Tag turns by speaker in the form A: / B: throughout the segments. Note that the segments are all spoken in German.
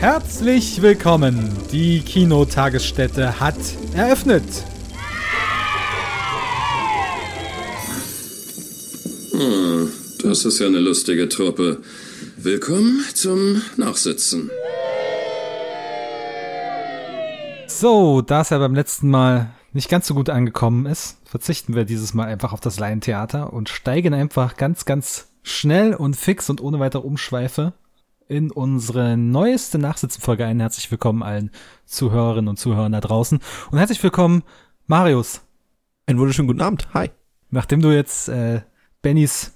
A: Herzlich willkommen! Die Kinotagesstätte hat eröffnet.
B: Das ist ja eine lustige Truppe. Willkommen zum Nachsitzen.
A: So, da es ja beim letzten Mal nicht ganz so gut angekommen ist, verzichten wir dieses Mal einfach auf das Laientheater und steigen einfach ganz, ganz schnell und fix und ohne weitere Umschweife in unsere neueste Nachsitzenfolge ein. Herzlich willkommen allen Zuhörerinnen und Zuhörern da draußen. Und herzlich willkommen, Marius.
C: Einen wunderschönen guten Abend. Hi.
A: Nachdem du jetzt äh, Bennys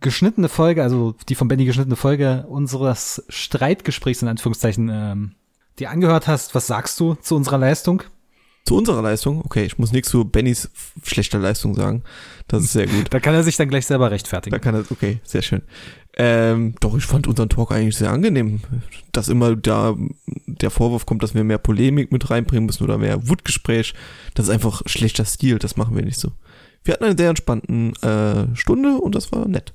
A: geschnittene Folge, also die von Benny geschnittene Folge unseres Streitgesprächs in Anführungszeichen, ähm, dir angehört hast, was sagst du zu unserer Leistung?
C: Zu unserer Leistung. Okay, ich muss nichts zu Bennys f- schlechter Leistung sagen. Das ist sehr gut.
A: Da kann er sich dann gleich selber
C: Da
A: rechtfertigen.
C: kann er, okay, sehr schön. Ähm, doch, ich fand unseren Talk eigentlich sehr angenehm. Dass immer da der Vorwurf kommt, dass wir mehr Polemik mit reinbringen müssen oder mehr Wutgespräch, das ist einfach schlechter Stil. Das machen wir nicht so. Wir hatten eine sehr entspannten äh, Stunde und das war nett.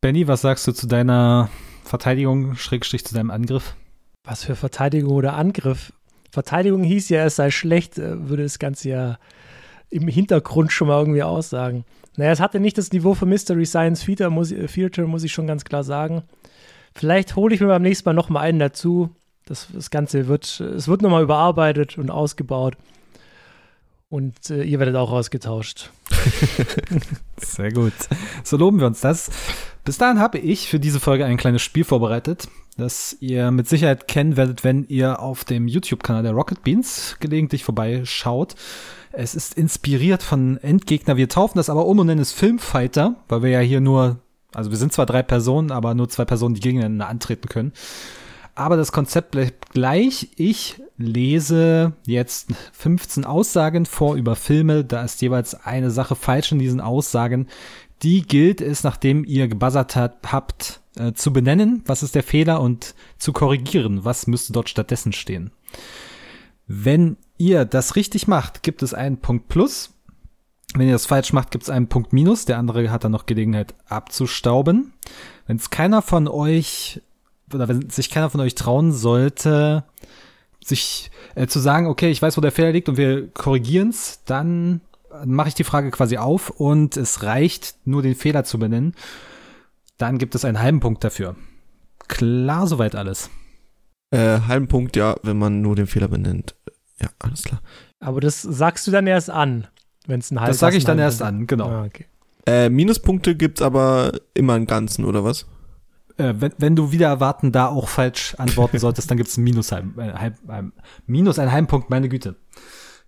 A: Benny, was sagst du zu deiner Verteidigung, Schrägstrich zu deinem Angriff?
D: Was für Verteidigung oder Angriff? Verteidigung hieß ja, es sei schlecht, äh, würde das Ganze ja im Hintergrund schon mal irgendwie aussagen. Naja, es hatte nicht das Niveau von Mystery Science Theater, muss, äh, Theater, muss ich schon ganz klar sagen. Vielleicht hole ich mir beim nächsten Mal nochmal einen dazu. Das, das Ganze wird, es wird nochmal überarbeitet und ausgebaut. Und äh, ihr werdet auch ausgetauscht.
A: Sehr gut. So loben wir uns das. Bis dahin habe ich für diese Folge ein kleines Spiel vorbereitet, das ihr mit Sicherheit kennen werdet, wenn ihr auf dem YouTube-Kanal der Rocket Beans gelegentlich vorbeischaut. Es ist inspiriert von Endgegner. Wir taufen das aber um und nennen es Filmfighter, weil wir ja hier nur, also wir sind zwar drei Personen, aber nur zwei Personen, die gegeneinander antreten können. Aber das Konzept bleibt gleich. Ich lese jetzt 15 Aussagen vor über Filme. Da ist jeweils eine Sache falsch in diesen Aussagen. Die gilt es, nachdem ihr gebuzzert hat, habt, äh, zu benennen, was ist der Fehler und zu korrigieren, was müsste dort stattdessen stehen. Wenn ihr das richtig macht, gibt es einen Punkt plus. Wenn ihr das falsch macht, gibt es einen Punkt minus. Der andere hat dann noch Gelegenheit abzustauben. Wenn es keiner von euch oder wenn sich keiner von euch trauen sollte, sich äh, zu sagen, okay, ich weiß, wo der Fehler liegt und wir korrigieren's, dann mache ich die Frage quasi auf und es reicht, nur den Fehler zu benennen. Dann gibt es einen halben Punkt dafür. Klar, soweit alles.
C: Äh, halben Punkt, ja, wenn man nur den Fehler benennt. Ja, alles klar.
D: Aber das sagst du dann erst an, wenn es ein halbes
A: das sage ich dann erst an, genau.
D: Ah, okay.
C: Äh, Minuspunkte gibt's aber immer im Ganzen, oder was?
A: Äh, wenn, wenn du wieder erwarten, da auch falsch antworten solltest, dann gibt es einen Minus, halb, äh, halb, halb, Minus einen halben Punkt, meine Güte.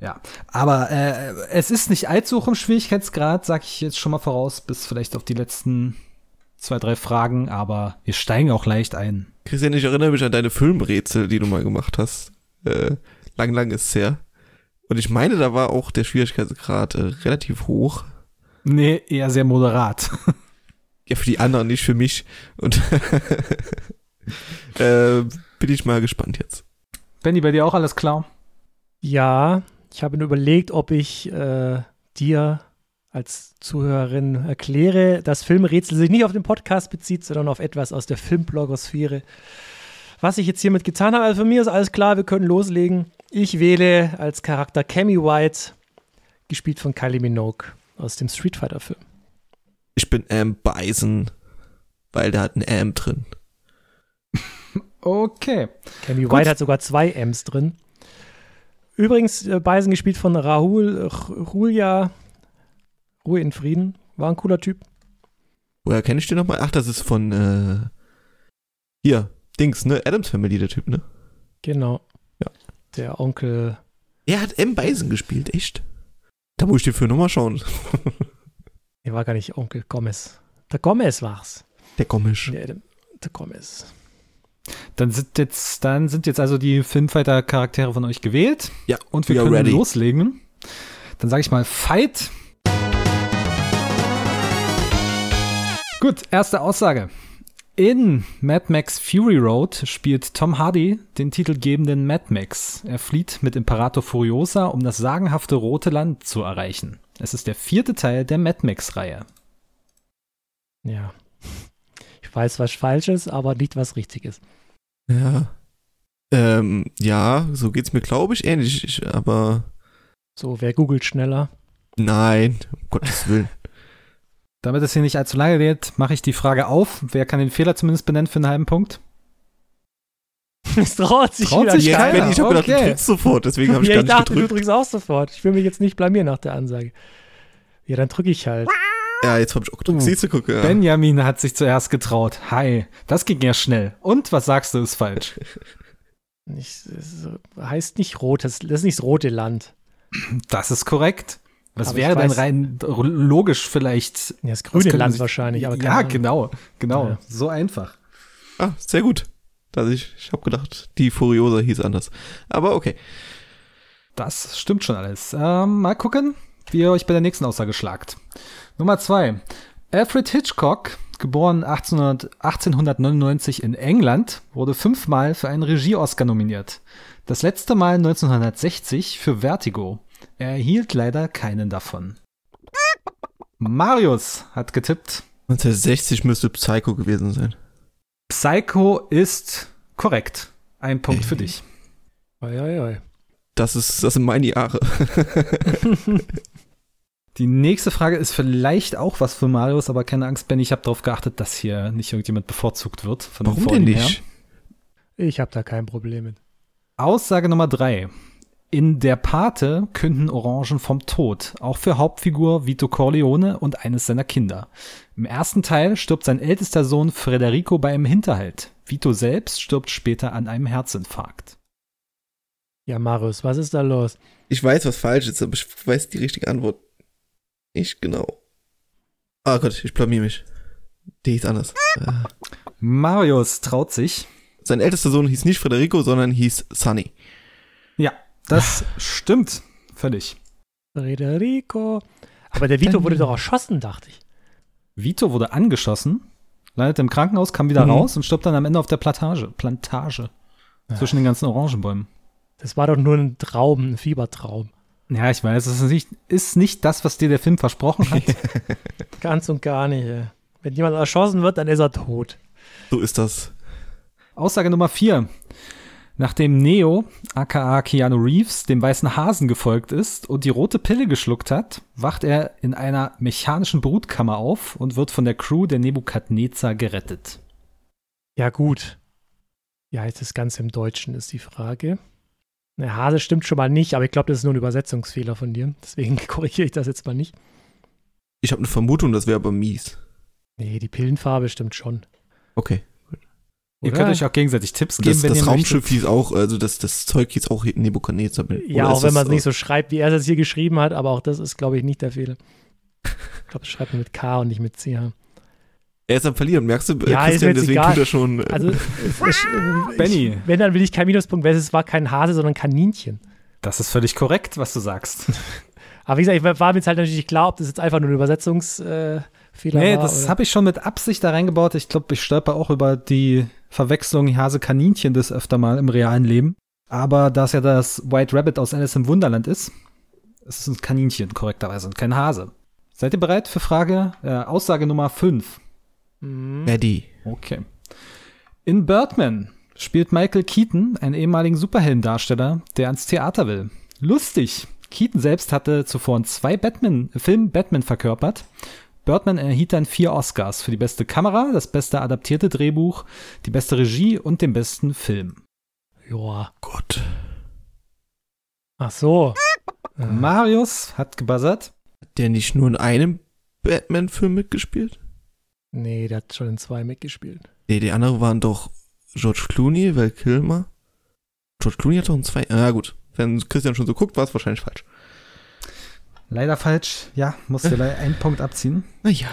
A: Ja, aber äh, es ist nicht allzu hoch im Schwierigkeitsgrad, sag ich jetzt schon mal voraus, bis vielleicht auf die letzten zwei, drei Fragen, aber wir steigen auch leicht ein.
C: Christian, ich erinnere mich an deine Filmrätsel, die du mal gemacht hast. Äh, lang, lang ist her. Und ich meine, da war auch der Schwierigkeitsgrad äh, relativ hoch.
A: Nee, eher sehr moderat.
C: Ja, für die anderen, nicht für mich. Und äh, bin ich mal gespannt jetzt.
A: Benny, bei dir auch alles klar?
D: Ja, ich habe nur überlegt, ob ich äh, dir als Zuhörerin erkläre, dass Filmrätsel sich nicht auf den Podcast bezieht, sondern auf etwas aus der Filmblogosphäre. Was ich jetzt hiermit getan habe, also für mich ist alles klar, wir können loslegen. Ich wähle als Charakter Cammy White, gespielt von Kylie Minogue aus dem Street Fighter Film.
C: Ich bin Am Bison, weil da hat ein Am drin.
A: Okay.
D: Cammy
A: Gut.
D: White hat sogar zwei M's drin. Übrigens, äh, Beisen gespielt von Rahul äh, Julia. Ruhe in Frieden. War ein cooler Typ.
C: Woher kenne ich den nochmal? Ach, das ist von äh, hier, Dings, ne? Adams Family, der Typ, ne?
D: Genau.
C: Ja.
D: Der Onkel.
C: Er hat M. Bison gespielt, echt? Da muss ich dir für nochmal schauen.
D: Der war gar nicht Onkel Gomez. Der Gomez war's.
C: Der komisch.
D: Der, der Gomez.
A: Dann sind jetzt, dann sind jetzt also die Filmfighter-Charaktere von euch gewählt.
C: Ja,
A: Und wir
C: we are
A: können
C: ready.
A: loslegen. Dann sage ich mal Fight. Gut, erste Aussage. In Mad Max Fury Road spielt Tom Hardy den titelgebenden Mad Max. Er flieht mit Imperator Furiosa, um das sagenhafte Rote Land zu erreichen. Es ist der vierte Teil der Mad Max-Reihe.
D: Ja. Ich weiß was Falsches, aber nicht was Richtiges.
C: Ja. Ähm, ja, so geht's mir, glaube ich, ähnlich. Ich, aber
D: So, wer googelt schneller?
C: nein, um Gottes Willen.
A: Damit es hier nicht allzu lange geht, mache ich die Frage auf. Wer kann den Fehler zumindest benennen für einen halben Punkt?
D: Es traut sich
A: Traut
D: wieder
A: sich
C: Ja,
A: keiner.
C: Benny, ich habe gedacht,
A: Okay.
C: du drückst sofort, deswegen habe ich
D: ja,
C: gar
D: ich
C: nicht
D: dachte, du
C: gedrückt.
D: drückst auch sofort. Ich will mich jetzt nicht blamieren nach der Ansage. Ja, dann drücke ich halt.
C: Ja, jetzt habe ich auch gedrückt.
A: Uh,
C: Siehst du, gucke. Ja.
A: Benjamin hat sich zuerst getraut. Hi, das ging ja schnell. Und was sagst du, ist falsch.
D: Ich, es heißt nicht rot, das, das ist nicht das rote Land.
A: Das ist korrekt. Was
D: Aber
A: wäre
D: ich
A: denn
D: weiß-
A: rein logisch vielleicht?
D: Ja, das
A: Was
D: grüne
A: könnte
D: Land
A: sich-
D: wahrscheinlich. Aber keine
A: ja,
D: Ahnung.
A: genau, genau.
D: Ja.
A: So einfach.
C: Ah, sehr gut. Dass ich ich habe gedacht, die Furiosa hieß anders. Aber okay.
A: Das stimmt schon alles. Ähm, mal gucken, wie ihr euch bei der nächsten Aussage schlagt. Nummer zwei. Alfred Hitchcock, geboren 1800, 1899 in England, wurde fünfmal für einen Regie-Oscar nominiert. Das letzte Mal 1960 für Vertigo. Er erhielt leider keinen davon. Marius hat getippt.
C: 1960 müsste Psycho gewesen sein.
A: Psycho ist korrekt. Ein Punkt
C: Mhm.
A: für dich.
D: Oi, oi, oi.
C: Das ist, das sind meine Jahre.
A: Die nächste Frage ist vielleicht auch was für Marius, aber keine Angst, Benny, ich habe darauf geachtet, dass hier nicht irgendjemand bevorzugt wird. Von den
C: Warum denn
A: vorigen
C: nicht?
A: her.
D: Ich habe da kein Problem mit.
A: Aussage Nummer drei. In Der Pate künden Orangen vom Tod, auch für Hauptfigur Vito Corleone und eines seiner Kinder. Im ersten Teil stirbt sein ältester Sohn Federico bei einem Hinterhalt. Vito selbst stirbt später an einem Herzinfarkt.
D: Ja, Marius, was ist da los?
C: Ich weiß, was falsch ist, aber ich weiß die richtige Antwort. Nicht genau. Ah Gott, ich blamier mich. Die hieß anders. Äh,
A: Marius traut sich.
C: Sein ältester Sohn hieß nicht Federico, sondern hieß Sunny.
A: Ja, das stimmt. Völlig.
D: Federico. Aber der Vito wurde doch erschossen, dachte ich.
A: Vito wurde angeschossen, landet im Krankenhaus, kam wieder
C: Mhm.
A: raus und stirbt dann am Ende auf der Plantage. Plantage. Zwischen den ganzen Orangenbäumen.
D: Das war doch nur ein Traum, ein Fiebertraum.
A: Ja, ich weiß, es ist nicht, ist nicht das, was dir der Film versprochen hat.
D: Ganz und gar nicht. ey. Wenn jemand erschossen wird, dann ist er tot.
C: So ist das.
A: Aussage Nummer 4. Nachdem Neo, aka Keanu Reeves, dem weißen Hasen gefolgt ist und die rote Pille geschluckt hat, wacht er in einer mechanischen Brutkammer auf und wird von der Crew der Nebukadnezar gerettet.
D: Ja, gut. Wie heißt das Ganze im Deutschen, ist die Frage. Ne, Hase stimmt schon mal nicht, aber ich glaube, das ist nur ein Übersetzungsfehler von dir. Deswegen korrigiere ich das jetzt mal nicht.
C: Ich habe eine Vermutung, das wäre aber mies.
D: Nee, die Pillenfarbe stimmt schon.
C: Okay.
A: Ihr
D: Oder?
A: könnt euch auch gegenseitig Tipps geben,
C: Das,
A: wenn
C: das
A: ihr
C: Raumschiff
A: möchtet.
C: hieß auch, also das, das Zeug hieß auch Nebuchadnezzar.
D: Ja,
C: Oder
D: auch
C: ist
D: wenn
C: das,
D: man es
C: äh,
D: nicht so schreibt, wie er es jetzt hier geschrieben hat, aber auch das ist, glaube ich, nicht der Fehler. Ich glaube, das schreibt man mit K und nicht mit CH.
C: Er ist am Verlieren, merkst du, äh,
D: Ja, ist mir
C: Christian,
D: jetzt
C: deswegen
D: egal.
C: tut er schon. äh,
D: Also, es- ich, ich,
A: Benny.
D: wenn, dann will ich keinen Minuspunkt, weil es war kein Hase, sondern Kaninchen.
A: Das ist völlig korrekt, was du sagst.
D: Aber wie gesagt, ich war mir jetzt halt natürlich nicht klar, ob das jetzt einfach nur ein Übersetzungsfehler
A: Nee,
D: war.
A: das
D: oder-
A: habe ich schon mit Absicht da reingebaut. Ich glaube, ich stolper auch über die Verwechslung Hase-Kaninchen des öfter mal im realen Leben. Aber da es ja das White Rabbit aus Alice im Wunderland ist, es ist ein Kaninchen korrekterweise und kein Hase. Seid ihr bereit für Frage, äh, Aussage Nummer 5?
D: Mhm.
C: Eddie.
A: Okay. In Birdman spielt Michael Keaton einen ehemaligen Superheldendarsteller, der ans Theater will. Lustig. Keaton selbst hatte zuvor in zwei Batman, Filmen Batman verkörpert. Birdman erhielt dann vier Oscars für die beste Kamera, das beste adaptierte Drehbuch, die beste Regie und den besten Film.
D: Joa.
C: Gott.
D: Ach so. Äh,
A: Marius hat gebuzzert.
C: Hat der nicht nur in einem Batman-Film mitgespielt?
D: nee, der hat schon in zwei mitgespielt.
C: Nee, die anderen waren doch George Clooney, Val Kilmer. George Clooney hat doch ein zwei. Ah, gut. Wenn Christian schon so guckt, war es wahrscheinlich falsch.
A: Leider falsch. Ja, musst dir leider einen Punkt abziehen.
C: Naja.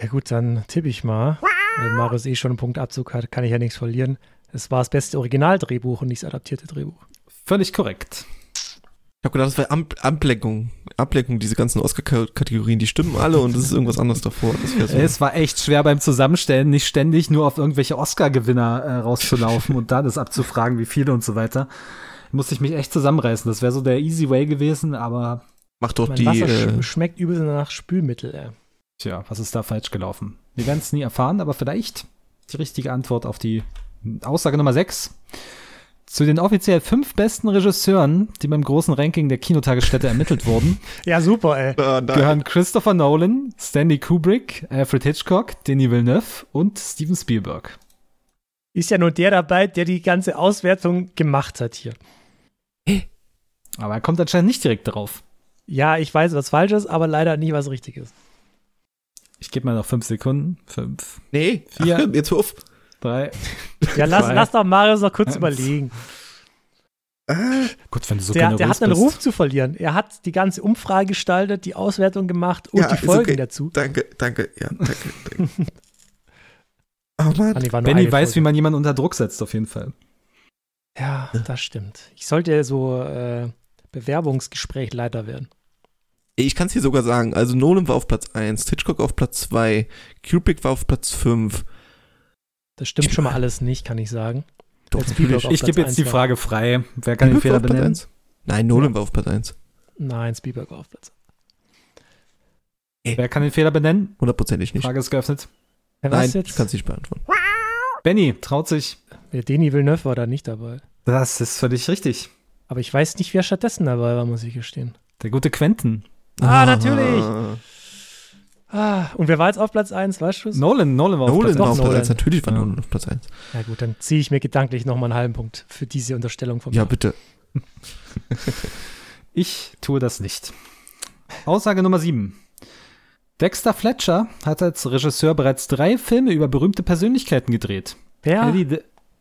D: Ja gut, dann tippe ich mal. Wenn Marius eh schon einen Punktabzug hat, kann ich ja nichts verlieren. Es war das beste Originaldrehbuch und nicht das adaptierte Drehbuch.
A: Völlig korrekt.
C: Ich habe gedacht, das wäre Am Ablenkung. Ablenkung, diese ganzen Oscar-Kategorien, die stimmen alle und es ist irgendwas anderes davor. Das wär so.
A: Äh, Es war echt schwer beim Zusammenstellen, nicht ständig nur auf irgendwelche Oscar-Gewinner äh, rauszulaufen und da das abzufragen, wie viele und so weiter. Musste ich mich echt zusammenreißen. Das wäre so der easy way gewesen, aber
C: Macht doch
D: mein
C: die.
D: Wasser
C: Äh,
D: sch schmeckt übel nach Spülmittel. Ey.
A: tja, was ist da falsch gelaufen? Wir werden es nie erfahren, aber vielleicht die richtige Antwort auf die Aussage Nummer 6. Zu den offiziell fünf besten Regisseuren, die beim großen Ranking der Kinotagesstätte ermittelt wurden,
D: Ja, super, ey.
C: Ah, nein.
A: gehören Christopher Nolan, Stanley Kubrick, Alfred Hitchcock, Denis Villeneuve und Steven Spielberg.
D: Ist ja nur der dabei, der die ganze Auswertung gemacht hat hier.
A: Aber er kommt anscheinend nicht direkt drauf.
D: Ja, ich weiß, was falsch ist, aber leider nicht, was richtig ist.
A: Ich gebe mal noch fünf Sekunden. Fünf,
C: Nee,
A: Ja.
C: ach, jetzt hör auf.
A: drei.
D: Ja, lass,
A: Zwei.
D: lass doch Marius noch kurz
A: Ja.
D: überlegen.
C: Ah,
A: Gut, wenn du so genau
D: Der, der hat einen
A: bist.
D: Ruf zu verlieren. Er hat die ganze Umfrage gestaltet, die Auswertung gemacht und
C: Ja,
D: die
C: ist
D: Folgen
C: okay.
D: dazu.
C: Danke, danke, ja, danke. danke. oh Mann.
D: Ah, nee, war nur
A: Benny
D: eine
A: weiß, wie
D: Folge.
A: man jemanden unter Druck setzt, auf jeden Fall.
D: Ja, das stimmt. Ich sollte so äh, Bewerbungsgesprächleiter werden.
C: Ich kann es dir sogar sagen. Also Nolan war auf Platz 1, Hitchcock auf Platz 2, Kubrick war auf Platz 5.
D: Das stimmt
C: Ich-
D: schon mal alles nicht, kann ich sagen. Als Spielberg auf
A: Ich
D: Platz
A: gebe jetzt
D: eins
A: die
D: war.
A: Frage frei. Wer kann den
C: Kubrick war
A: Fehler
C: auf Platz
A: benennen?
C: eins? Nein, Nolan war auf Platz 1.
D: Nein, Spielberg war auf Platz.
A: Wer kann den Fehler benennen?
C: Hundertprozentig nicht.
A: Frage ist geöffnet.
D: Wer
C: Nein,
D: war's
C: ich kann es nicht beantworten.
A: Benny traut sich.
D: Der Denis Villeneuve war da nicht dabei.
A: Das ist völlig richtig.
D: Aber ich weiß nicht, wer stattdessen dabei war, muss ich gestehen.
A: Der gute Quentin.
D: Ah, natürlich. Ah, und wer war jetzt auf Platz 1, weißt du es?
A: Nolan, Nolan war auf
C: Nolan
A: Platz
C: war
A: eins.
C: auf Platz
D: Nolan.
C: 1. Natürlich war
A: Ja.
C: Nolan auf Platz 1.
D: Na gut, dann ziehe ich mir gedanklich nochmal einen halben Punkt für diese Unterstellung von mir.
C: Ja, bitte.
A: Ich tue das nicht. Aussage Nummer 7. Dexter Fletcher hat als Regisseur bereits drei Filme über berühmte Persönlichkeiten gedreht.
D: wer?
A: Eddie the,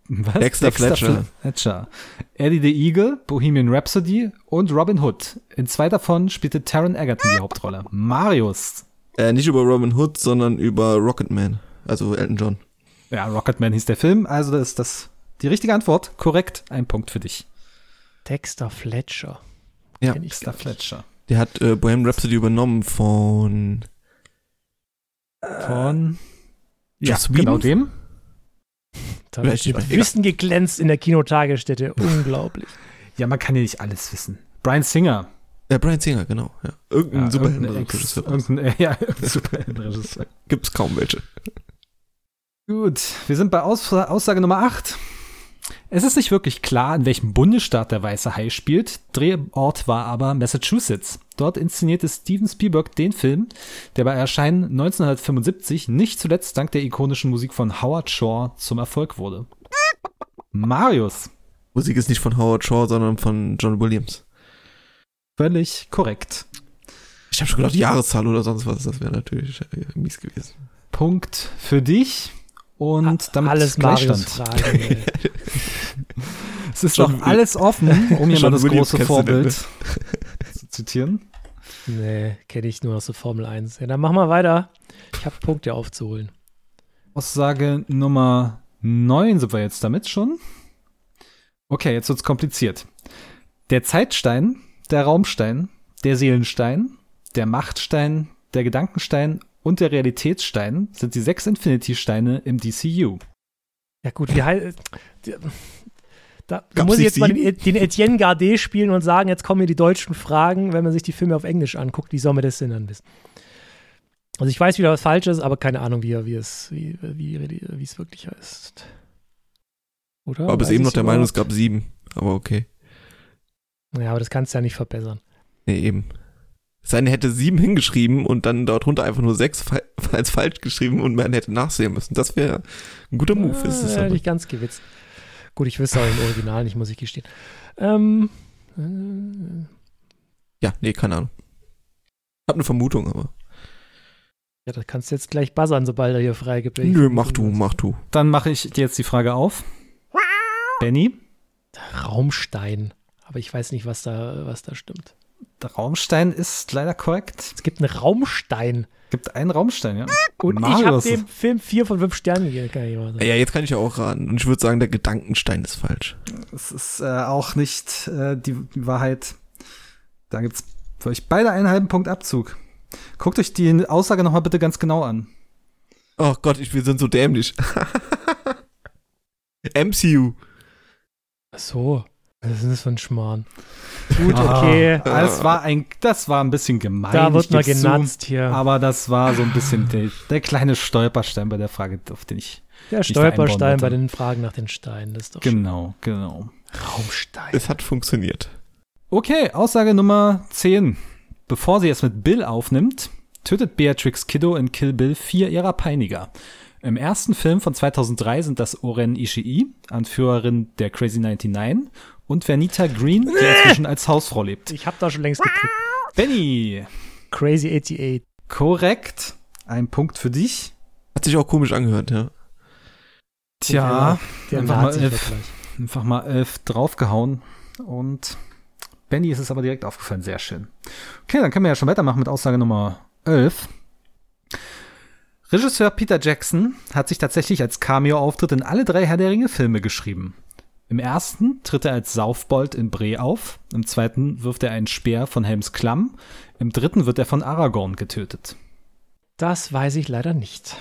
A: was?
C: Dexter Fletcher.
A: Fletcher. Eddie the Eagle, Bohemian Rhapsody und Robin Hood. In zwei davon spielte Taron Egerton die Hauptrolle. Marius.
C: Äh, nicht über Robin Hood, sondern über Rocketman. Also Elton John.
A: Ja, Rocketman hieß der Film, also das ist das die richtige Antwort. Korrekt, ein Punkt für dich.
D: Dexter Fletcher.
C: Ja.
D: Kenn ich
A: Dexter Fletcher.
C: Der hat äh, Bohemian Rhapsody übernommen von.
A: Von ja,
C: Äh, Joss
A: genau
C: Whedon?
A: dem.
D: Da
C: Wer
D: hab
C: ist
D: ich
C: die-
D: Wissen geglänzt in der Kinotagesstätte. Unglaublich.
A: Ja, man kann ja nicht alles wissen. Brian Singer.
C: Äh, Brian Singer, genau. Ja. Irgendein
A: Ja, irgendein Ex-
C: Superhelden-Regisseur.
A: irgendein- Ja, irgendein Superheldenregisseur.
C: Gibt's kaum welche.
A: Gut, wir sind bei Aus Aussage Nummer 8. Es ist nicht wirklich klar, in welchem Bundesstaat der Weiße Hai spielt. Drehort war aber Massachusetts. Dort inszenierte Steven Spielberg den Film, der bei Erscheinen 1975 nicht zuletzt dank der ikonischen Musik von Howard Shore zum Erfolg wurde. Marius,
C: Musik ist nicht von Howard Shaw, sondern von John Williams.
A: völlig korrekt.
C: Ich habe schon gedacht, Jahreszahl oder sonst was, das wäre natürlich äh, mies gewesen.
A: Punkt für dich und damit
D: Alles Marius
A: Gleichstand.
D: Frage. ey.
A: Es ist
C: John
A: noch alles offen, um hier mal
C: John
A: das
C: Williams
A: große
C: kennst du denn,
A: Vorbild
C: ne?
A: zu zitieren.
D: nee, kenne ich nur aus der Formel 1. Ja, dann machen wir weiter. Ich habe Punkte aufzuholen.
A: Aussage Nummer 9 sind wir jetzt damit schon. Okay, jetzt wird's kompliziert. Der Zeitstein, der Raumstein, der Seelenstein, der Machtstein, der Gedankenstein und der Realitätsstein sind die sechs Infinity-Steine im DCU.
D: Ja gut, wie heißt... Da
C: Gab's
D: muss ich
C: nicht
D: jetzt mal den, den Etienne Gardet spielen und sagen, jetzt kommen hier die deutschen Fragen, wenn man sich die Filme auf Englisch anguckt, wie soll man das denn dann wissen? Also ich weiß wieder was falsch ist, aber keine Ahnung, wie, er- wie es wie, wie, wie es wirklich heißt. Oder?
C: War bis
D: Weiß
C: eben
D: ich's
C: noch der Meinung, es
D: überhaupt?
C: gab sieben. Aber okay.
D: Ja, aber das kannst du ja nicht verbessern.
C: Nee, eben. Seine hätte sieben hingeschrieben und dann dort runter einfach nur sechs fa- als falsch geschrieben und man hätte nachsehen müssen. Das wäre ein guter Move.
D: Ah,
C: ist es
D: hätte
C: aber.
D: ich ganz gewitzt. Gut, ich wüsste auch im Original nicht, muss ich gestehen. Ähm, äh,
C: Ja, nee, keine Ahnung. Hab eine Vermutung, aber.
D: ja, das kannst du jetzt gleich buzzern, sobald er hier freigibt. wenn ich-
C: Nö, mach du, mach du.
A: Dann mache ich dir jetzt die Frage auf. Benny,
D: Raumstein. Aber ich weiß nicht, was da, was da stimmt.
A: der Raumstein ist leider korrekt.
D: Es gibt einen Raumstein.
A: Gibt einen Raumstein, ja.
D: Und ich habe
A: Marius.
D: dem Film vier von fünf Sternen gegeben. Kann ich mal sagen.
C: Ja, jetzt kann ich ja auch raten. Und ich würde sagen, der Gedankenstein ist falsch.
A: Es ist äh, auch nicht äh, die, die Wahrheit. Da gibt's für euch beide einen halben Punkt Abzug. Guckt euch die Aussage nochmal bitte ganz genau an.
C: Oh Gott, ich, wir sind so dämlich. MCU.
D: Ach so. Was ist denn das für ein Schmarrn? Gut,
A: Ah.
D: okay.
A: Das war ein, das war ein bisschen gemein.
D: Da wird
A: ich
D: mal
A: geb's zu.
D: genatzt hier.
A: Aber das war so ein bisschen der, der kleine Stolperstein bei der Frage, auf den ich.
D: Der
A: nicht einbauen
D: Stolperstein bei
A: wollte.
D: den Fragen nach den Steinen. Das ist doch
A: Genau, genau.
D: Raumstein.
C: Es hat funktioniert.
A: Okay, Aussage Nummer 10. Bevor sie es mit Bill aufnimmt, tötet Beatrix Kiddo in Kill Bill vier ihrer Peiniger. Im ersten Film von 2003 sind das Oren Ishii, Anführerin der Crazy 99, und Vernita Green, die inzwischen als Hausfrau lebt.
D: Ich habe da schon längst gedrückt.
A: Benny,
D: Crazy 88.
A: korrekt. Ein Punkt für dich.
C: Hat sich auch komisch angehört, ja.
A: Tja,
D: Der
A: Einfach mal elf.
D: Nazi-Vergleich.
A: einfach mal elf draufgehauen. Und Benny ist es aber direkt aufgefallen. Sehr schön. Okay, dann können wir ja schon weitermachen mit Aussage Nummer 11. Regisseur Peter Jackson hat sich tatsächlich als Cameo-Auftritt in alle drei Herr der Ringe-Filme geschrieben. Im ersten tritt er als Saufbold in Bre auf, im zweiten wirft er einen Speer von Helms Klamm, im dritten wird er von Aragorn getötet.
D: Das weiß ich leider nicht.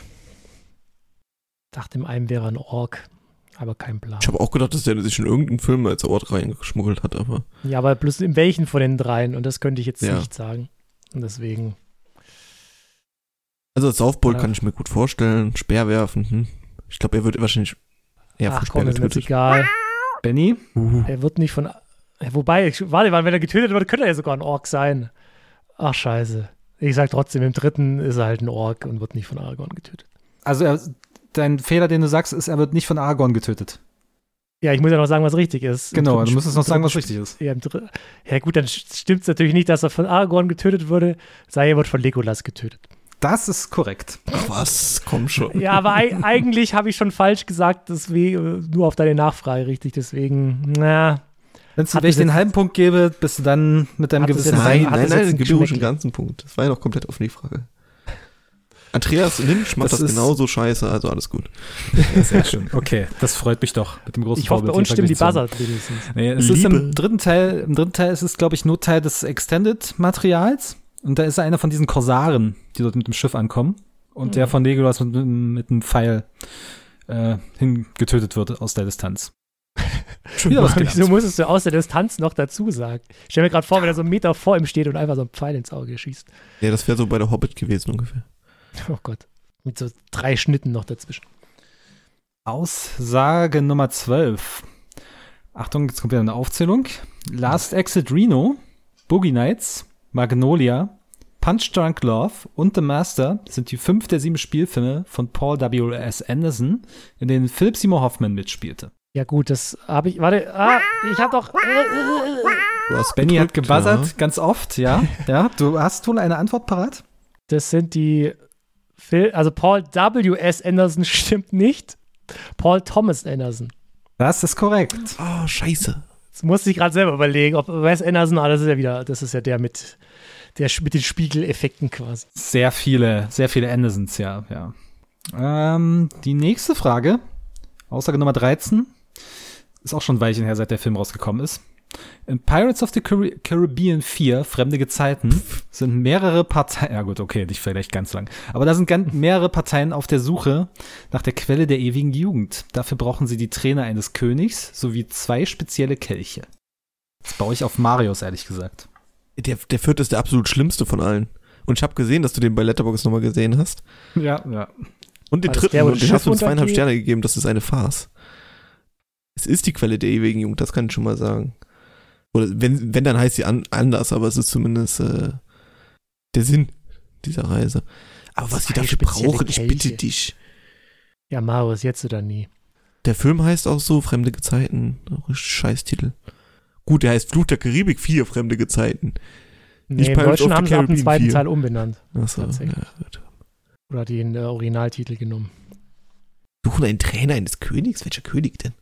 D: Dachte, im einen wäre ein Ork, aber kein Plan.
C: Ich habe auch gedacht, dass der sich in irgendeinen Film als Ort reingeschmuggelt hat, aber
D: Ja, aber bloß in welchen von den dreien? Und das könnte ich jetzt
C: Ja.
D: nicht sagen. Und deswegen.
C: Also als Saufbold
D: Ja.
C: kann ich mir gut vorstellen. Speer werfen. Hm. Ich glaube, er wird wahrscheinlich eher
D: ach
C: von Speer
D: komm, ist mir jetzt
C: getötet.
D: egal.
A: Benny,
C: Uh,
D: Er wird nicht von. Ja, Wobei, ich, warte mal, wenn er getötet wird, könnte er ja sogar ein Ork sein. Ach, scheiße. Ich sag trotzdem, im dritten ist er halt ein Ork und wird nicht von Aragorn getötet.
A: also er, dein Fehler, den du sagst, ist, er wird nicht von Aragorn getötet.
D: Ja, ich muss ja noch sagen, was richtig ist. Im
A: Genau,
D: dritten
A: du
D: Sp-
A: müsstest noch
D: im
A: sagen, was
D: dritten
A: richtig ist.
D: Sp- Ja, im dr- ja, gut, dann stimmt es natürlich nicht, dass er von Aragorn getötet wurde, sei er wird von Legolas getötet.
A: Das ist korrekt.
C: ach was, komm schon.
D: Ja, aber ei- eigentlich habe ich schon falsch gesagt, deswegen, nur auf deine Nachfrage richtig, deswegen, na,
A: Wenn wenn
D: Hat
A: ich
D: es jetzt-
A: den halben Punkt gebe, bist du dann mit deinem
D: Hat es
A: gewissen
D: jetzt-
A: Nein.
C: Nein,
D: hat das
C: nein, nein,
D: jetzt einen
C: dann gebe ich
D: Geschmäckle?
C: den ganzen Punkt. Das war ja noch komplett offen die Frage. Andreas Lynch macht
A: Das
C: das,
A: ist-
C: genauso scheiße, also alles gut.
A: Sehr schön. Okay, das freut mich doch mit dem großen
D: ich hoffe, bei
A: Vorbild
D: uns stimmen die
A: Vergleichszonen.
D: Buzzer wenigstens.
A: Nee, es ist im
C: Liebe.
A: dritten Teil, im dritten Teil ist es, glaube ich, nur Teil des Extended-Materials. Und da ist er einer von diesen Korsaren, die dort mit dem Schiff ankommen. Und
D: Mhm.
A: der von Legolas mit, mit, mit einem Pfeil äh, hingetötet wird aus der Distanz. Schon wieder was
D: Wieso
A: gelernt.
D: musstest du aus der Distanz noch dazu sagen? Ich stell mir gerade vor, wenn er so einen Meter vor ihm steht und einfach so einen Pfeil ins Auge schießt.
C: Ja, das wäre so bei der Hobbit gewesen ungefähr.
D: Oh Gott. Mit so drei Schnitten noch dazwischen.
A: Aussage Nummer 12. Achtung, jetzt kommt wieder eine Aufzählung. Last Exit Reno, Boogie Nights, Magnolia, Punch Drunk Love und The Master sind die fünf der sieben Spielfilme von Paul W.S. Anderson, in denen Philip Seymour Hoffman mitspielte.
D: Ja gut, das habe ich, warte, ah, ich habe doch,
C: Du hast
A: Benny hat
C: gedrückt,
A: gebuzzert,
C: Ja.
A: ganz oft, ja. ja. Du hast wohl eine Antwort parat?
D: das sind die, Phil, also Paul W.S. Anderson stimmt nicht, Paul Thomas Anderson.
A: Das ist korrekt.
C: Ah, scheiße.
D: Jetzt musste ich gerade selber überlegen, ob Wes Anderson, ah, das ist ja wieder, das ist ja der mit, der sch- mit den Spiegeleffekten quasi.
A: Sehr viele, sehr viele Andersons, ja, ja. Ähm, die nächste Frage, Aussage Nummer 13, ist auch schon ein Weilchen her, seit der Film rausgekommen ist. In Pirates of the Carri- Caribbean 4, Fremde Gezeiten, sind mehrere Parteien, ja gut, okay, nicht vielleicht ganz lang, aber da sind gan- mehrere Parteien auf der Suche nach der Quelle der ewigen Jugend. Dafür brauchen sie die Träne eines Königs sowie zwei spezielle Kelche. Das baue ich auf Marius, ehrlich gesagt.
C: Der, der vierte ist der absolut schlimmste von allen. Und ich habe gesehen, dass du den bei Letterboxd nochmal gesehen hast.
A: Ja, ja.
C: Und den
D: War das
C: dritten,
D: der, wo
C: und
D: das
C: den
D: Schiff
C: hast du zweieinhalb
D: untergeht?
C: Sterne gegeben, das ist eine Farce. Es ist die Quelle der ewigen Jugend, das kann ich schon mal sagen. Oder wenn, wenn dann heißt sie an, anders, aber es ist zumindest äh, der Sinn dieser Reise. Aber was die
D: Zwei
C: dafür
D: spezielle
C: brauchen, ich
D: Kelche.
C: bitte dich.
D: Ja, Marius, jetzt oder nie.
C: Der Film heißt auch so, Fremde Gezeiten. Auch ein Scheißtitel. Gut, der heißt Flut der Karibik 4, Fremde Gezeiten.
D: Nee,
C: Nicht
D: im
C: Pirates of
D: Deutschen
C: the
D: haben sie ab dem
C: Caribbean
D: zweiten
C: 4.
D: Teil umbenannt.
C: Achso,
D: Tatsächlich.
C: ja, gut.
D: Oder den äh, Originaltitel genommen.
C: Suchen einen Trainer eines Königs? Welcher König denn?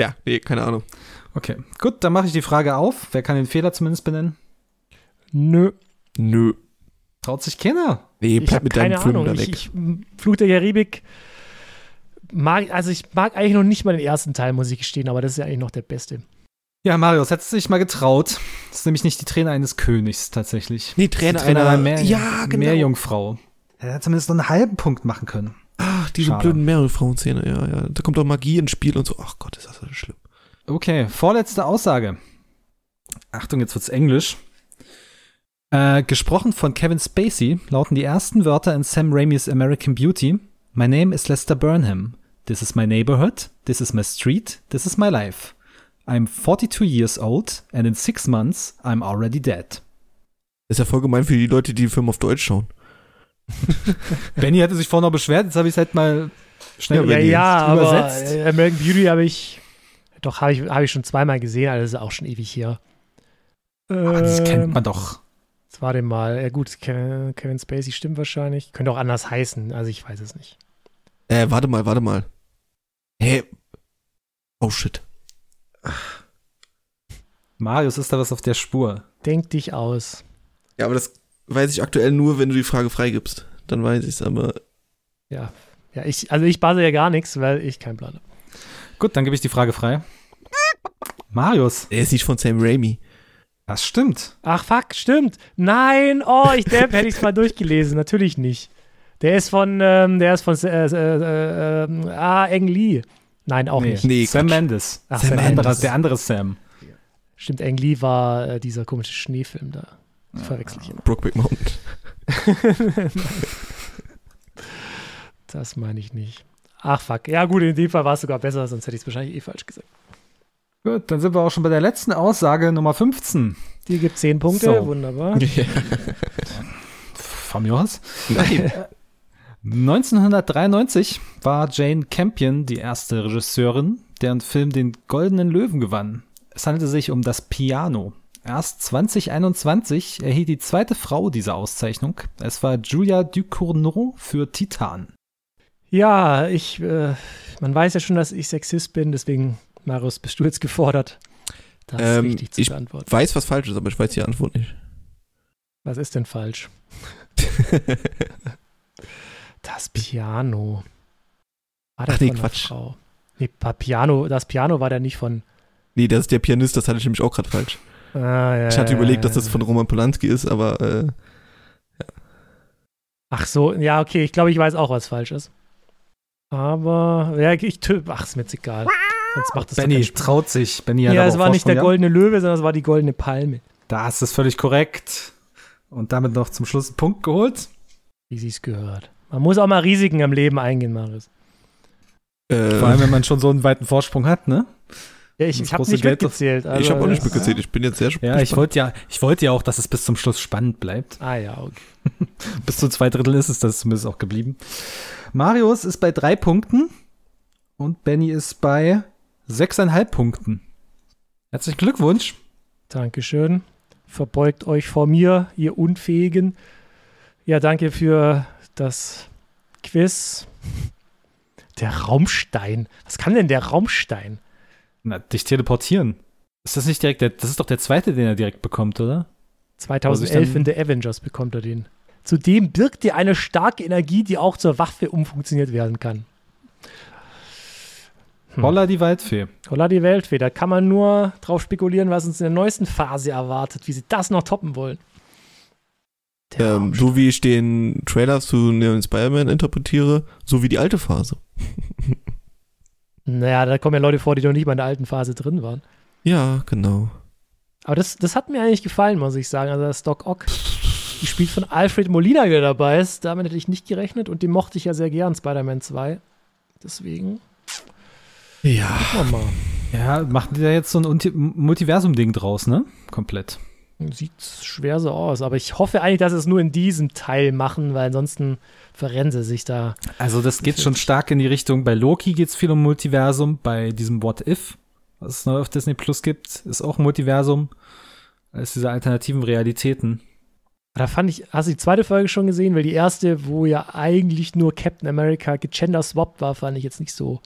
C: ja, nee, keine Ahnung.
A: Okay, gut, dann mache ich die Frage auf. Wer kann den Fehler zumindest benennen?
D: Nö,
C: Nö.
A: Traut sich keiner.
C: Nee,
D: ich
C: bleib
D: habe
C: mit deinen
D: keine
C: Filmen
D: Ahnung.
C: da
D: Ich,
C: weg.
D: ich, m, Flut der Karibik mag, also ich mag eigentlich noch nicht mal den ersten Teil, muss ich gestehen, aber das ist ja eigentlich noch der beste.
A: Ja, Marius, hättest du dich mal getraut. Das ist nämlich nicht die Träne eines Königs tatsächlich.
C: nee,
A: Die
C: Trainer
A: Träne
C: einer.
A: ja,
C: ja, genau.
A: Meerjungfrau. Er hätte zumindest noch einen halben Punkt machen können.
C: Ach, diese
A: Schade.
C: blöden Meerjungfrauenzähne. Ja, ja. Da kommt auch Magie ins Spiel und so. Ach Gott, ist das so schlimm.
A: Okay, vorletzte Aussage. Achtung, jetzt wird's Englisch. Äh, gesprochen von Kevin Spacey lauten die ersten Wörter in Sam Raimis American Beauty. My name is Lester Burnham. This is my neighborhood. This is my street. This is my life. I'm 42 years old and in six months I'm already dead.
C: Ist ja voll gemein für die Leute, die den Film auf Deutsch schauen.
A: Benny hatte sich vorhin noch beschwert, jetzt habe ich es halt mal schnell
D: Ja,
A: übersetzt.
D: ja, aber äh, American Beauty habe ich, doch, habe ich, habe ich schon zweimal gesehen, also das ist auch schon ewig hier.
A: Ah, das kennt
D: Ähm,
A: man doch.
D: Jetzt Ähm, warte mal. Ja, gut, Ke- Kevin Spacey stimmt wahrscheinlich. Könnte auch anders heißen, also ich weiß es nicht.
C: Äh, warte mal, warte mal. Hä? Oh shit.
A: Marius ist da was auf der Spur.
D: Denk dich aus.
C: Ja, aber das weiß ich aktuell nur, wenn du die Frage freigibst. Dann weiß ich es, aber
D: Ja. Ja, ich, also ich base ja gar nichts, weil ich keinen Plan habe.
A: Gut, dann gebe ich die Frage frei. Marius,
C: er ist nicht von Sam Raimi.
A: das stimmt.
D: Ach fuck, stimmt. Nein, oh, ich depp, hätte ich es mal durchgelesen. Natürlich nicht. Der ist von, ähm, der ist von, äh, äh, äh, ah, Eng Lee. Nein, auch nicht.
C: Nee,
A: Sam
C: Quatsch.
A: Mendes. Sam
D: Ach, Sam
A: der, andere,
D: Mendes.
A: der andere Sam.
D: Stimmt, Eng Lee war äh, dieser komische Schneefilm da. Die verwechsel ich immer.
C: Brokeback Mountain.
D: Das meine ich nicht. Ach fuck. Ja gut, in dem Fall war es sogar besser, sonst hätte ich es wahrscheinlich eh falsch gesagt.
A: Gut, dann sind wir auch schon bei der letzten Aussage, Nummer 15.
D: Die gibt 10 Punkte,
A: So.
D: wunderbar.
A: Von mir aus.
C: Nein.
A: 1993 war Jane Campion die erste Regisseurin, deren Film den Goldenen Löwen gewann. Es handelte sich um das Piano. Erst 2021 erhielt die zweite Frau diese Auszeichnung. Es war Julia Ducournau für Titan.
D: Ja, ich, äh, man weiß ja schon, dass ich Sexist bin, deswegen, Marius, bist du jetzt gefordert, das
C: Ähm,
D: richtig zu
C: ich-
D: beantworten.
C: Weiß was falsch ist, aber ich weiß die Antwort nicht.
D: Was ist denn falsch? Das Piano. War das
C: Ach nee,
D: von einer
C: Quatsch.
D: Frau? Nee, pa- Piano, das Piano war da nicht von.
C: nee, das ist der Pianist, das hatte ich nämlich auch gerade falsch.
D: Ah, ja,
C: Ich hatte
D: ja,
C: überlegt, dass
D: ja.
C: das von Roman Polanski ist, aber äh,
D: Ach so, ja, okay, ich glaube, ich weiß auch, was falsch ist. Aber, ja, ich tö- Ach, ist mir jetzt egal. Sonst macht das doch
A: Benny
D: keinen Spaß.
A: traut sich. Benny hat
D: Ja,
A: aber
D: es
A: auch
D: war nicht
A: Vorsprung
D: der
A: gehabt.
D: goldene Löwe, sondern es war die goldene Palme,
A: Das ist völlig korrekt. Und damit noch zum Schluss einen Punkt geholt.
D: wie sie es gehört. Man muss auch mal Risiken am Leben eingehen, Marius.
C: äh,
A: Vor allem, wenn man schon so einen weiten Vorsprung hat, ne?
D: Ja, ich,
A: Das
D: ich habe
A: große
D: nicht
A: Geld-
D: mitgezählt. Also,
C: ich habe auch nicht
D: das-
C: mitgezählt. Ich bin jetzt sehr
A: Ja, ich
C: gespannt.
A: wollte ja, ich wollte ja auch, dass es bis zum Schluss spannend bleibt.
D: Ah ja, okay.
A: Bis zu zwei Drittel ist es das zumindest auch geblieben. Marius ist bei drei Punkten und Benny ist bei sechseinhalb Punkten. Herzlichen Glückwunsch.
D: Dankeschön. Verbeugt euch vor mir, ihr Unfähigen. Ja, danke für das Quiz. Der Raumstein. Was kann denn der Raumstein?
A: Na, dich teleportieren. Ist das nicht direkt der, das ist doch der zweite, den er direkt bekommt, oder? Muss ich
D: 2011
A: dann-
D: in The Avengers bekommt er den. Zudem birgt er eine starke Energie, die auch zur Waffe umfunktioniert werden kann. Hm.
A: Holla die Waldfee.
D: Holla die Weltfee, da kann man nur drauf spekulieren, was uns in der neuesten Phase erwartet, wie sie das noch toppen wollen. Der
C: Ähm, so wie ich den Trailer zu Neon Spider-Man interpretiere, so wie die alte Phase.
D: Naja, da kommen ja Leute vor, die noch nicht mal in der alten Phase drin waren.
C: Ja, genau.
D: Aber das, das hat mir eigentlich gefallen, muss ich sagen. Also das Doc Ock, gespielt von Alfred Molina, der dabei ist. Damit hätte ich nicht gerechnet und den mochte ich ja sehr gern, Spider-Man 2. Deswegen,
C: Ja.
D: gucken wir mal.
A: Ja, machen die da jetzt so ein Unti- Multiversum-Ding draus, ne? Komplett.
D: Sieht schwer so aus. Aber ich hoffe eigentlich, dass sie es nur in diesem Teil machen, weil ansonsten verrennen sie sich da.
A: Also das geht schon stark in die Richtung, bei Loki geht es viel um Multiversum, bei diesem What If, was es neu auf Disney Plus gibt, ist auch Multiversum. Als diese alternativen Realitäten.
D: Da fand ich, hast du die zweite Folge schon gesehen? Weil die erste, wo ja eigentlich nur Captain America gegender-swapped war, fand ich jetzt nicht so.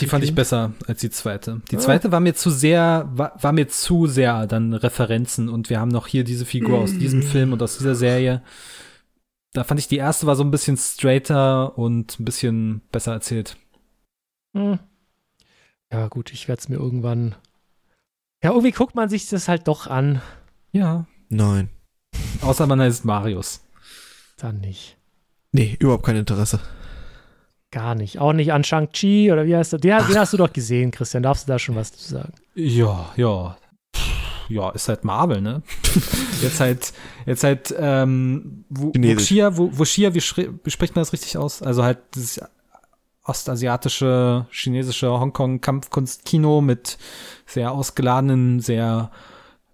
A: Die fand ich
D: prickelnd.
A: besser als die zweite. Die zweite war mir zu sehr, war, war mir zu sehr dann Referenzen und wir haben noch hier diese Figur aus diesem Film und aus dieser Serie. Da fand ich die erste war so ein bisschen straighter und ein bisschen besser erzählt.
D: Hm. Ja, gut, ich werde es mir irgendwann. Ja, irgendwie guckt man sich das halt doch an.
A: Ja.
C: Nein.
A: Außer man heißt Marius.
D: Dann nicht.
C: Nee, überhaupt kein Interesse.
D: Gar nicht. Auch nicht an Shang-Chi oder wie heißt der? Den, den hast du doch gesehen, Christian. Darfst du da schon was zu sagen?
A: Ja, ja. Pff, Ja, ist halt Marvel, ne? jetzt halt, jetzt halt, ähm, Wu-
C: Chinesisch.
A: Wuxia, Wu- Wuxia, wie, schri- wie spricht man das richtig aus? Also halt dieses ostasiatische, chinesische Hongkong-Kampfkunst-Kino mit sehr ausgeladenen, sehr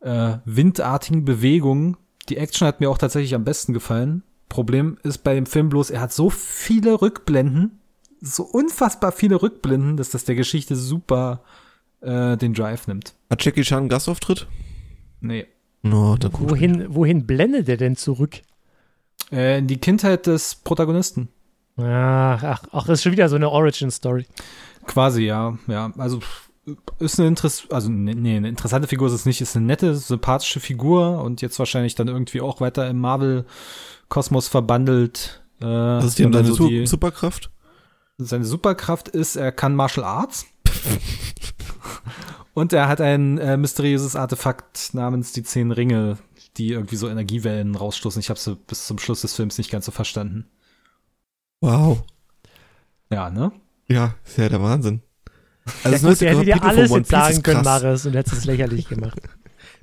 A: äh, windartigen Bewegungen. Die Action hat mir auch tatsächlich am besten gefallen. Problem ist bei dem Film bloß, er hat so viele Rückblenden, so unfassbar viele Rückblenden, dass das der Geschichte super äh, den Drive nimmt.
C: Hat Jackie Chan einen Gastauftritt?
A: Nee.
C: No, dann guck ich nicht.
D: Wohin, wohin blendet er denn zurück?
A: Äh, in die Kindheit des Protagonisten.
D: Ach, ach, ach, das ist schon wieder so eine Origin-Story.
A: Quasi, ja, ja. Also pff, ist eine Interess also nee, nee, eine interessante Figur ist es nicht, ist eine nette, sympathische Figur und jetzt wahrscheinlich dann irgendwie auch weiter im Marvel-Kosmos verbandelt. Äh,
C: Was ist denn
A: wenn man
C: deine
A: so
C: Su
A: die-
C: Superkraft?
A: Seine Superkraft ist, er kann Martial Arts. Und er hat ein äh, mysteriöses Artefakt namens die Zehn Ringe, die irgendwie so Energiewellen rausstoßen. Ich habe sie bis zum Schluss des Films nicht ganz so verstanden.
C: Wow.
A: Ja, ne?
C: Ja, ist ja der Wahnsinn.
D: Ja,
C: Also das
D: gut,
C: neueste
D: er hätte dir
C: Kapitel
D: alles
C: von One
D: jetzt
C: Piece ist
D: sagen können,
C: krass.
D: Maris, und hättest es lächerlich gemacht.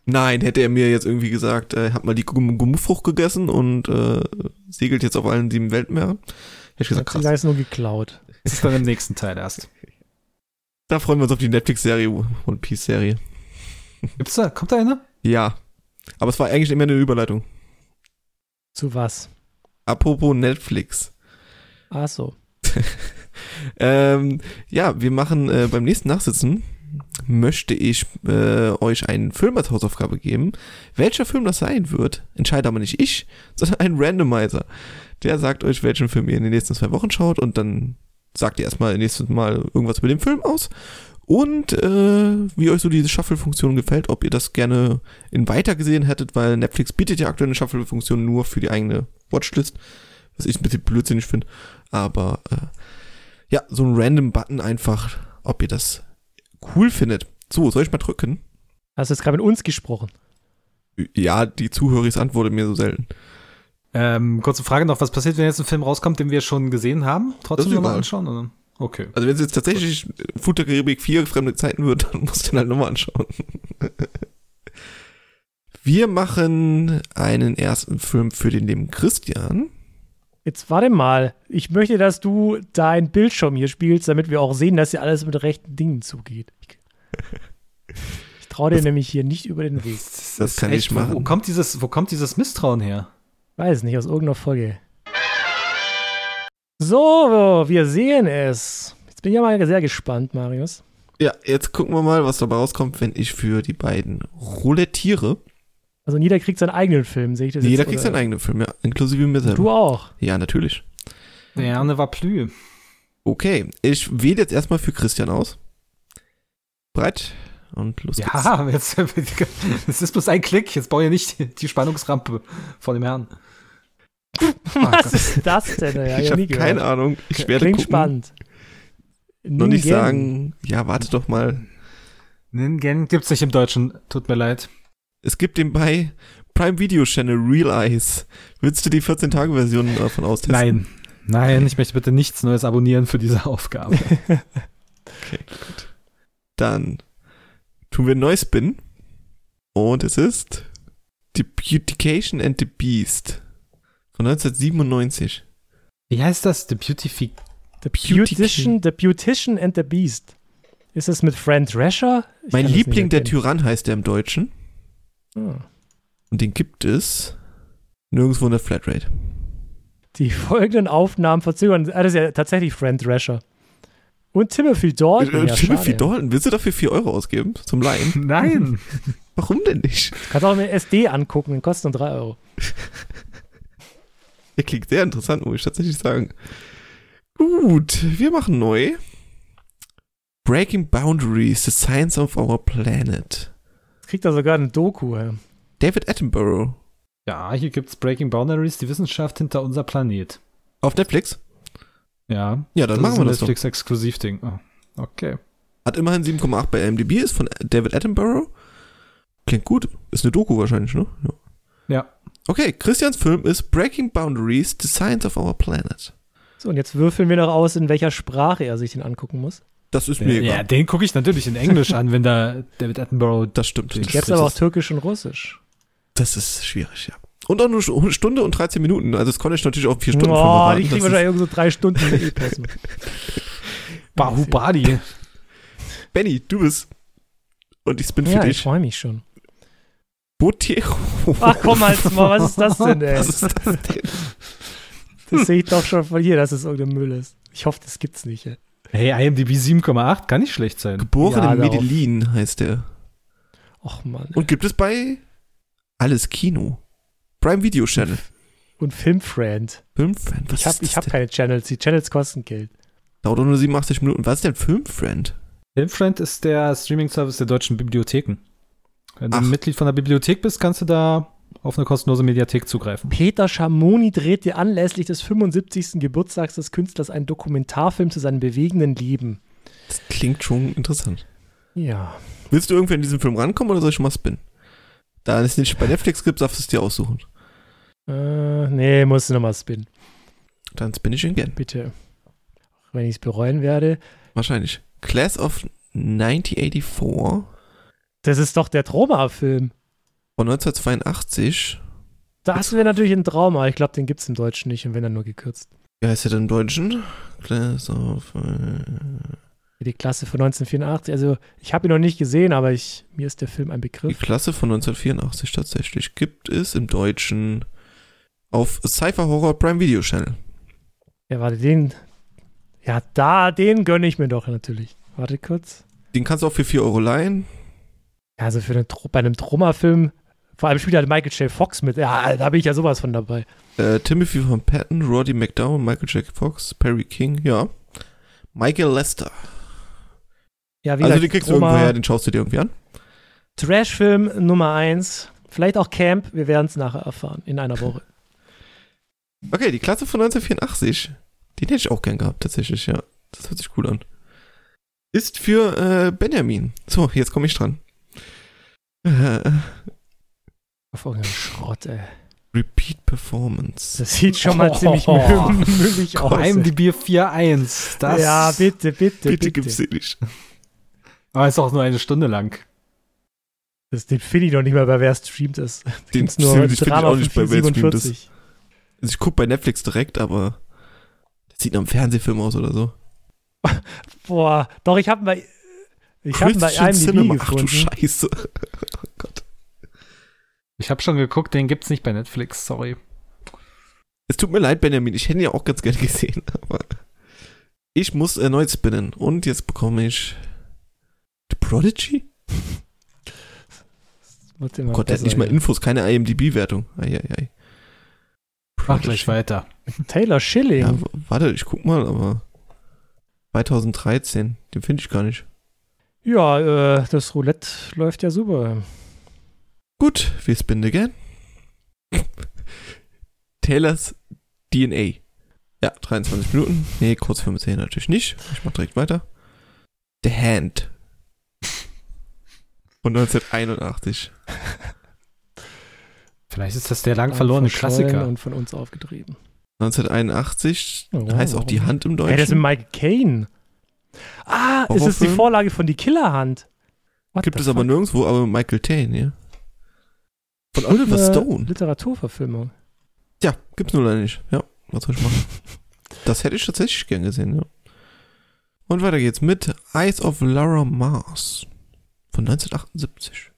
C: Nein, hätte er mir jetzt irgendwie gesagt, äh, hab mal die Gumm- Gummifrucht gegessen und äh, segelt jetzt auf allen sieben Weltmeeren. Hätte ich gesagt,
D: Hat sie
C: krass.
D: alles nur geklaut.
A: Das ist dann im nächsten Teil erst.
C: Da freuen wir uns auf die Netflix-Serie, One Piece-Serie.
A: Gibt's da? Kommt da eine?
C: Ja. Aber es war eigentlich immer eine Überleitung.
D: Zu was?
C: Apropos Netflix.
D: Ach so.
C: Ähm, ja, wir machen äh, beim nächsten Nachsitzen möchte ich äh, euch einen Film als Hausaufgabe geben. Welcher Film das sein wird, entscheidet aber nicht ich, sondern ein Randomizer. Der sagt euch, welchen Film ihr in den nächsten zwei Wochen schaut und dann sagt ihr erstmal nächstes Mal irgendwas über den Film aus und äh, wie euch so diese Shuffle-Funktion gefällt, ob ihr das gerne in weiter gesehen hättet, weil Netflix bietet ja aktuell eine Shuffle-Funktion nur für die eigene Watchlist, was ich ein bisschen blödsinnig finde, aber äh, ja, so ein random Button einfach, ob ihr das cool findet. So, soll ich mal drücken?
D: Hast du jetzt gerade mit uns gesprochen?
C: Ja, die Zuhöreris antwortet mir so selten.
A: Ähm, kurze Frage noch, was passiert, wenn jetzt ein Film rauskommt, den wir schon gesehen haben? Trotzdem
C: Das ist
A: nochmal
C: egal.
A: anschauen? Oder? Okay.
C: Also wenn es jetzt tatsächlich Futterkaribik 4 fremde Zeiten wird, dann musst du den halt nochmal anschauen. Wir machen einen ersten Film für den lieben Christian.
D: Jetzt warte mal. Ich möchte, dass du deinen Bildschirm hier spielst, damit wir auch sehen, dass hier alles mit rechten Dingen zugeht. Ich traue dir nämlich hier nicht über den Weg.
A: Das,
C: kann ich machen.
A: Wo kommt dieses, wo kommt dieses Misstrauen her?
D: Weiß nicht, aus irgendeiner Folge. So, wir sehen es. Jetzt bin ich ja mal sehr gespannt, Marius.
C: Ja, jetzt gucken wir mal, was dabei rauskommt, wenn ich für die beiden rouletiere.
D: Also jeder kriegt seinen eigenen Film, sehe ich das
C: Jeder
D: jetzt?
C: kriegt
D: oder?
C: seinen eigenen Film, ja, inklusive mir selber.
D: Du auch.
C: Ja, natürlich.
A: Ja, ne war Plü.
C: Okay, ich wähle jetzt erstmal für Christian aus. Bereit? Und los geht's.
A: Ja, jetzt, es ist bloß ein Klick. Jetzt baue ich nicht die- die Spannungsrampe vor dem Herrn.
D: Was ist das denn? Ja,
C: Oh ich
D: ja nie
C: habe
D: gehört.
C: keine Ahnung. Ich werde
D: Klingt
C: gucken,
D: spannend.
C: noch nicht
D: Ningen.
C: sagen, ja, warte doch mal.
A: Ningen gibt's nicht im Deutschen. Tut mir leid.
C: Es gibt den bei Prime Video Channel Real Eyes. Willst du die 14-Tage-Version davon austesten?
A: Nein. Nein, ich möchte bitte nichts Neues abonnieren für diese Aufgabe.
C: Dann tun wir einen Neuspin. Und es ist The Beautication and the Beast von 1997.
A: Wie heißt das? The Beautifi
D: The
C: Beauty
D: Beautician, The Beautician and the Beast. Ist das mit Fran Drescher? Ich
C: mein
D: kann das
C: Liebling,
D: nicht
C: der
D: erkennen.
C: Tyrann heißt er im Deutschen.
D: Ah.
C: Und den gibt es nirgendwo in der Flatrate.
D: Die folgenden Aufnahmen verzögern. Ah, das ist ja tatsächlich Fran Drescher. Und Timothy Dalton.
C: Äh,
D: Ja,
C: Timothy
D: schade.
C: Dalton, willst du dafür 4 Euro ausgeben zum Laien?
A: Nein.
C: Warum denn nicht?
D: Kannst auch eine SD angucken, den kostet nur 3 Euro.
C: Der klingt sehr interessant, muss ich tatsächlich sagen. Gut, wir machen neu. Breaking Boundaries, The Science of Our Planet.
D: Kriegt er sogar eine Doku. Ja.
C: David Attenborough.
A: Ja, hier gibt's Breaking Boundaries, die Wissenschaft hinter unser Planet.
C: Auf Netflix?
A: Ja.
C: Ja, dann machen wir das doch.
A: Netflix-Exklusivding. Ah, okay.
C: Hat immerhin 7,8 bei IMDb, ist von David Attenborough. Klingt gut. Ist eine Doku wahrscheinlich, ne? Ja.
A: Ja.
C: Okay, Christians Film ist Breaking Boundaries, The Science of Our Planet.
D: So, und jetzt würfeln wir noch aus, in welcher Sprache er sich den angucken muss.
C: Das ist mir
A: ja,
C: egal.
A: den gucke ich natürlich in Englisch an, wenn da David Attenborough.
C: Das stimmt.
A: Ich
C: Das,
D: Jetzt
C: das,
D: aber auch
C: ist,
D: Türkisch und Russisch.
C: das ist schwierig, ja. Und auch nur eine Stunde und 13 Minuten. Also das konnte ich natürlich auch vier Stunden
D: Boah,
C: vorbereiten.
D: ich kriege
C: Das ist-
D: Oh, wahrscheinlich irgendwo so drei Stunden in die Posten.
A: Bahubadi.
C: Benny, du bist. Und ich bin für
D: Ja, ich
C: dich.
D: freue mich schon.
C: Botero.
D: Ach komm, halt mal, was ist das denn, ey?
C: Was ist das denn?
D: Das sehe ich doch schon von hier, dass es irgendein Müll ist. Ich hoffe, das gibt's nicht. Ey.
A: Hey, IMDb 7,8 kann nicht schlecht sein.
C: Geboren
D: Ja,
C: in
D: darauf.
C: Medellin heißt er.
D: Och Mann.
C: Und
D: Und,
C: gibt es bei Alles Kino. Prime Video Channel.
D: und Filmfriend.
C: Filmfriend. Was
D: Ich habe
C: ist das
D: ich hab
C: denn?
D: keine Channels. Die Channels kosten Geld.
C: Dauert doch nur 87 Minuten. Was ist denn Filmfriend?
A: Filmfriend ist der Streaming-Service der deutschen Bibliotheken. Wenn du
C: Ach.
A: ein Mitglied von der Bibliothek bist, kannst du da auf eine kostenlose Mediathek zugreifen.
D: Peter Schamoni drehte anlässlich des 75. Geburtstags des Künstlers einen Dokumentarfilm zu seinem bewegenden Leben.
C: Das klingt schon interessant.
D: Ja.
C: Willst du irgendwie an diesen Film rankommen oder soll ich schon mal spinnen? Da es nicht bei Netflix gibt, darfst du es dir aussuchen.
D: Äh, nee, musst du nochmal spinnen.
C: Dann spinne ich ihn gern.
D: Bitte. Auch wenn ich es bereuen werde.
C: Wahrscheinlich. Class of 1984
D: Das ist doch der Trauma-Film.
C: von 1982.
D: Das wäre natürlich ein Trauma. Ich glaube, den gibt's im Deutschen nicht und wenn dann nur gekürzt.
C: Wie heißt er denn im Deutschen? Class of. Äh,
D: Die Klasse von 1984. Also, ich habe ihn noch nicht gesehen, aber ich, mir ist der Film ein
C: die
D: Begriff.
C: Klasse von 1984 tatsächlich gibt es im Deutschen auf Cypher Horror Prime Video Channel.
D: Ja, warte, den. Ja, da, den gönne ich mir doch natürlich. Warte kurz.
C: Den kannst du auch für 4 Euro leihen.
D: Ja, also für einen, Tro- bei einem Troma-Film, vor allem spielt halt Michael J. Fox mit. Ja, da bin ich ja sowas von dabei.
C: Äh, Timothy von Patton, Roddy McDowell, Michael Jack Fox, Perry King, ja. Michael Lester.
D: Ja, wie
C: also
D: gesagt,
C: den kriegst du
D: Troma-
C: irgendwo her, den schaust du dir irgendwie an.
D: Trash-Film Nummer 1. Vielleicht auch Camp, wir werden es nachher erfahren, in einer Woche.
C: Okay, die Klasse von 1984. Den hätte ich auch gern gehabt, tatsächlich, ja. Das hört sich cool an. Ist für äh, Benjamin. So, jetzt komme ich dran. Äh,
D: Auf irgendeinen Schrott, ey.
C: Repeat Performance.
D: Das sieht schon mal
A: Oh.
D: ziemlich mü- müllig
C: Oh,
D: aus. ey.
A: IMDb 4,1. Das
D: ja, bitte, bitte, bitte.
C: Bitte gib's dir nicht.
A: Aber ist auch nur eine Stunde lang.
D: Das, den finde ich noch nicht mal, bei wer streamt ist.
C: Den
D: Gibt's nur
C: Stream- ich finde ich
D: Drama
C: auch
D: von
C: nicht bei Wales Stream. Das,
D: 447.
C: also ich gucke bei Netflix direkt, aber das sieht nach einem Fernsehfilm aus oder so.
D: Boah, doch, ich habe mal. Ich habe mal
C: Christian
D: IMDb
C: Ach du
D: gefunden.
C: Scheiße. Oh Gott.
A: Ich habe schon geguckt, den gibt's nicht bei Netflix, sorry.
C: Es tut mir leid, Benjamin. Ich hätte ihn ja auch ganz gerne gesehen, aber ich muss erneut spinnen. Und jetzt bekomme ich The Prodigy?
D: Wird immer
C: Gott, der hat
D: besser,
C: nicht mal
D: ja.
C: Infos, keine IMDb-Wertung. Eieiei.
A: Mach gleich weiter.
D: Taylor Schilling.
C: Ja, w- warte, ich guck mal, aber 2013, den finde ich gar nicht.
D: Ja, äh, das Roulette läuft ja super.
C: Gut, wir spinnen again. Taylors DNA. Ja, 23 Minuten. Nee, kurz 15 natürlich nicht. Ich mach direkt weiter. The Hand. Von 1981.
A: Vielleicht ist das der lang verlorene
D: Verschollen
A: Klassiker.
D: Und von uns aufgetrieben.
C: 1981
D: Oh,
C: heißt auch die Hand im
D: Ey, das ist
C: Deutschen.
D: Michael Caine. Ah, ist es die
C: Horrorfilm?
D: Vorlage von Die Killerhand? What
C: Gibt
D: the
C: es aber
D: fuck?
C: nirgendwo, aber Michael Caine, ja. Von Oliver
D: Eine
C: Stone.
D: Literaturverfilmung.
C: Ja, gibt's nur leider nicht. Ja, was soll ich machen? das hätte ich tatsächlich gern gesehen, ja. Und weiter geht's mit Eyes of Laura Mars von 1978.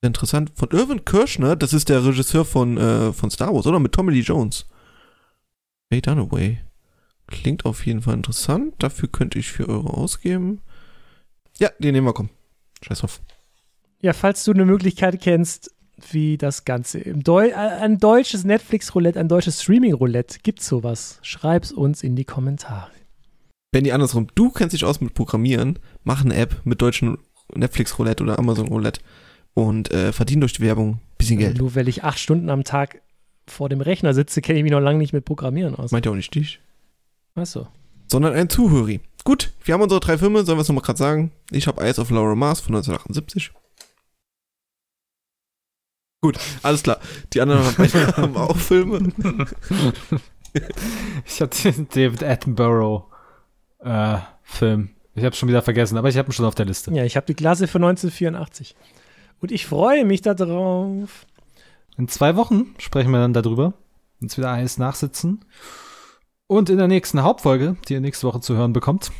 C: Sehr Interessant. Von Irvin Kirschner, das ist der Regisseur von, äh, von Star Wars, oder? Mit Tommy Lee Jones. Faye Dunaway. Klingt auf jeden Fall interessant. Dafür könnte ich 4 Euro ausgeben. Ja, den nehmen wir, komm. Scheiß drauf.
D: Ja, falls du eine Möglichkeit kennst, wie das Ganze im Deu äh, ein deutsches Netflix-Roulette, ein deutsches Streaming-Roulette, gibt's sowas? Schreib's uns in die Kommentare.
C: Benny, andersrum. Du kennst dich aus mit Programmieren. Mach eine App mit deutschen Netflix-Roulette oder Amazon-Roulette und äh, verdien durch die Werbung ein bisschen Geld.
D: Also Nur weil ich acht Stunden am Tag vor dem Rechner sitze, kenne ich mich noch lange nicht mit Programmieren aus.
C: Meint ja auch nicht dich.
D: Achso.
C: Sondern ein Zuhörer. Gut, wir haben unsere drei Filme. Sollen wir es nochmal gerade sagen? Ich habe Eyes of Laura Mars von 1978. Gut, alles klar. Die anderen haben, haben auch Filme.
A: Ich habe den David Attenborough äh, Film. Ich habe schon wieder vergessen, aber ich habe ihn schon auf der Liste.
D: Ja, ich habe die Klasse für 1984. Und ich freue mich darauf.
A: In zwei Wochen sprechen wir dann darüber. Uns wieder eins nachsitzen. Und in der nächsten Hauptfolge, die ihr nächste Woche zu hören bekommt,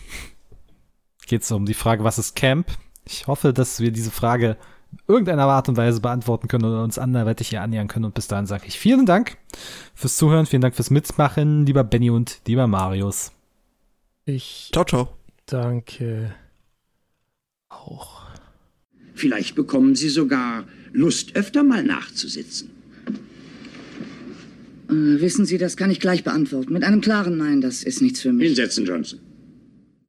A: geht es um die Frage, was ist Camp? Ich hoffe, dass wir diese Frage in irgendeiner Art und Weise beantworten können oder uns anderweitig hier annähern können. Und bis dahin sage ich vielen Dank fürs Zuhören, vielen Dank fürs Mitmachen, lieber Benny und lieber Marius.
D: Ich
C: Ciao, ciao.
D: danke auch.
E: Vielleicht bekommen Sie sogar Lust, öfter mal nachzusitzen.
F: Äh, wissen Sie, das kann ich gleich beantworten. Mit einem klaren Nein, das ist nichts für mich.
E: Hinsetzen, Johnson.